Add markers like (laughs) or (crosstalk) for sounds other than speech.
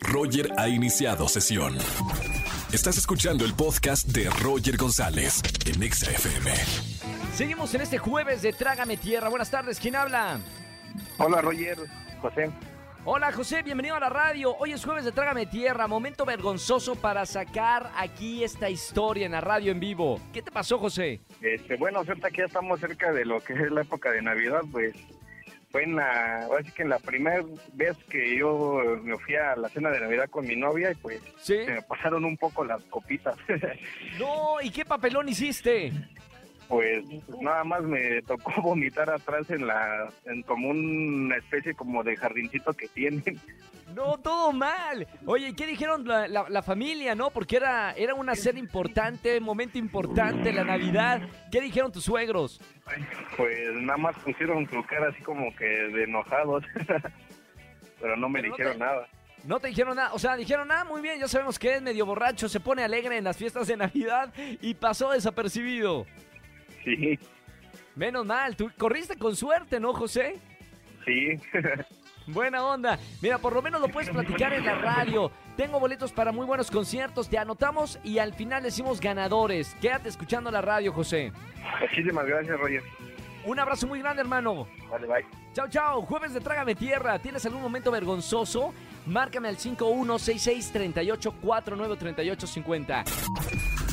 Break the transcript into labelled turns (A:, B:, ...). A: Roger ha iniciado sesión. Estás escuchando el podcast de Roger González en Exa FM.
B: Seguimos en este jueves de Trágame Tierra. Buenas tardes, ¿quién habla?
C: Hola Roger, José.
B: Hola José, bienvenido a la radio. Hoy es jueves de Trágame Tierra, momento vergonzoso para sacar aquí esta historia en la radio en vivo. ¿Qué te pasó José?
C: Este, bueno, ahorita que ya estamos cerca de lo que es la época de Navidad, pues fue en la, ahora sí que en la primera vez que yo me fui a la cena de Navidad con mi novia y pues
B: ¿Sí?
C: se me pasaron un poco las copitas. (laughs)
B: No, ¿y qué papelón hiciste?
C: pues nada más me tocó (laughs) vomitar atrás en la, en como una especie como de jardincito que tienen. (laughs)
B: No, todo mal. Oye, ¿y qué dijeron la, la- la familia, no? Porque era, era una cena importante, momento importante, la Navidad. ¿Qué dijeron tus suegros?
C: Pues nada más pusieron su cara así como que de enojados. (laughs) Pero no me
B: Pero no te-
C: dijeron nada.
B: No te dijeron nada, o sea, dijeron, ah, muy bien, ya sabemos que es medio borracho, se pone alegre en las fiestas de Navidad y pasó desapercibido.
C: Sí,
B: Menos mal, tú corriste con suerte, ¿no, José?
C: sí.
B: Buena onda. Mira, por lo menos lo puedes platicar en la radio. Tengo boletos para muy buenos conciertos, te anotamos y al final decimos ganadores. Quédate escuchando la radio, José.
C: Muchísimas gracias, Roger.
B: Un abrazo muy grande, hermano.
C: Vale, bye.
B: Chao, chao. Jueves de Trágame Tierra. ¿Tienes algún momento vergonzoso? Márcame al 5166-3849-3850.